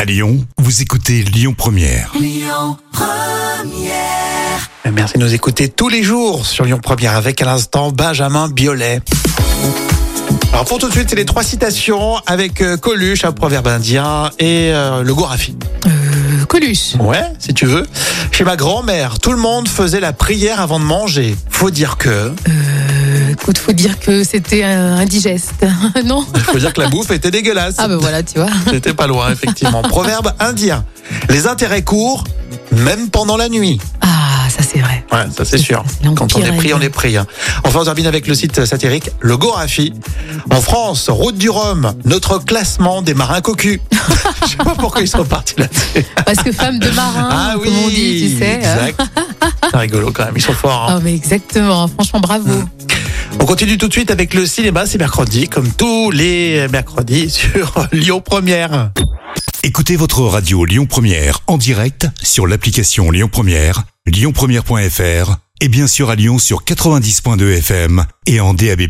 À Lyon, vous écoutez Lyon Première. Merci de nous écouter tous les jours sur Lyon Première avec à l'instant Benjamin Biolay. Alors pour tout de suite, c'est les trois citations avec euh, Coluche, un proverbe indien et euh, le Gorafi. Euh, Coluche. Ouais, si tu veux. Chez ma grand-mère, tout le monde faisait la prière avant de manger. Faut dire que, Euh, écoute, faut dire que c'était euh, indigeste. non faut dire que la bouffe était dégueulasse. Ah ben voilà, tu vois. C'était pas loin, effectivement. Proverbe indien. Les intérêts courent, même pendant la nuit. Ah, ça c'est vrai. Ouais, ça c'est sûr. C'est l'empire Quand on est pris, on indien. est pris. hein. Enfin, on termine avec le site satirique Le Gorafi. En France, route du Rhum, notre classement des marins cocus. Je sais pas pourquoi ils sont partis là-dessus. Parce que femme de marin, ah oui, comme on dit, tu sais. euh. exact. C'est rigolo quand même, ils sont forts. hein. Ah mais exactement, franchement bravo. Ah. On continue tout de suite avec le cinéma, c'est mercredi, comme tous les mercredis sur Lyon Première. Écoutez votre radio Lyon Première en direct sur l'application Lyon Première, lyonpremière.fr et bien sûr à Lyon sur 90.2 FM et en DAB+.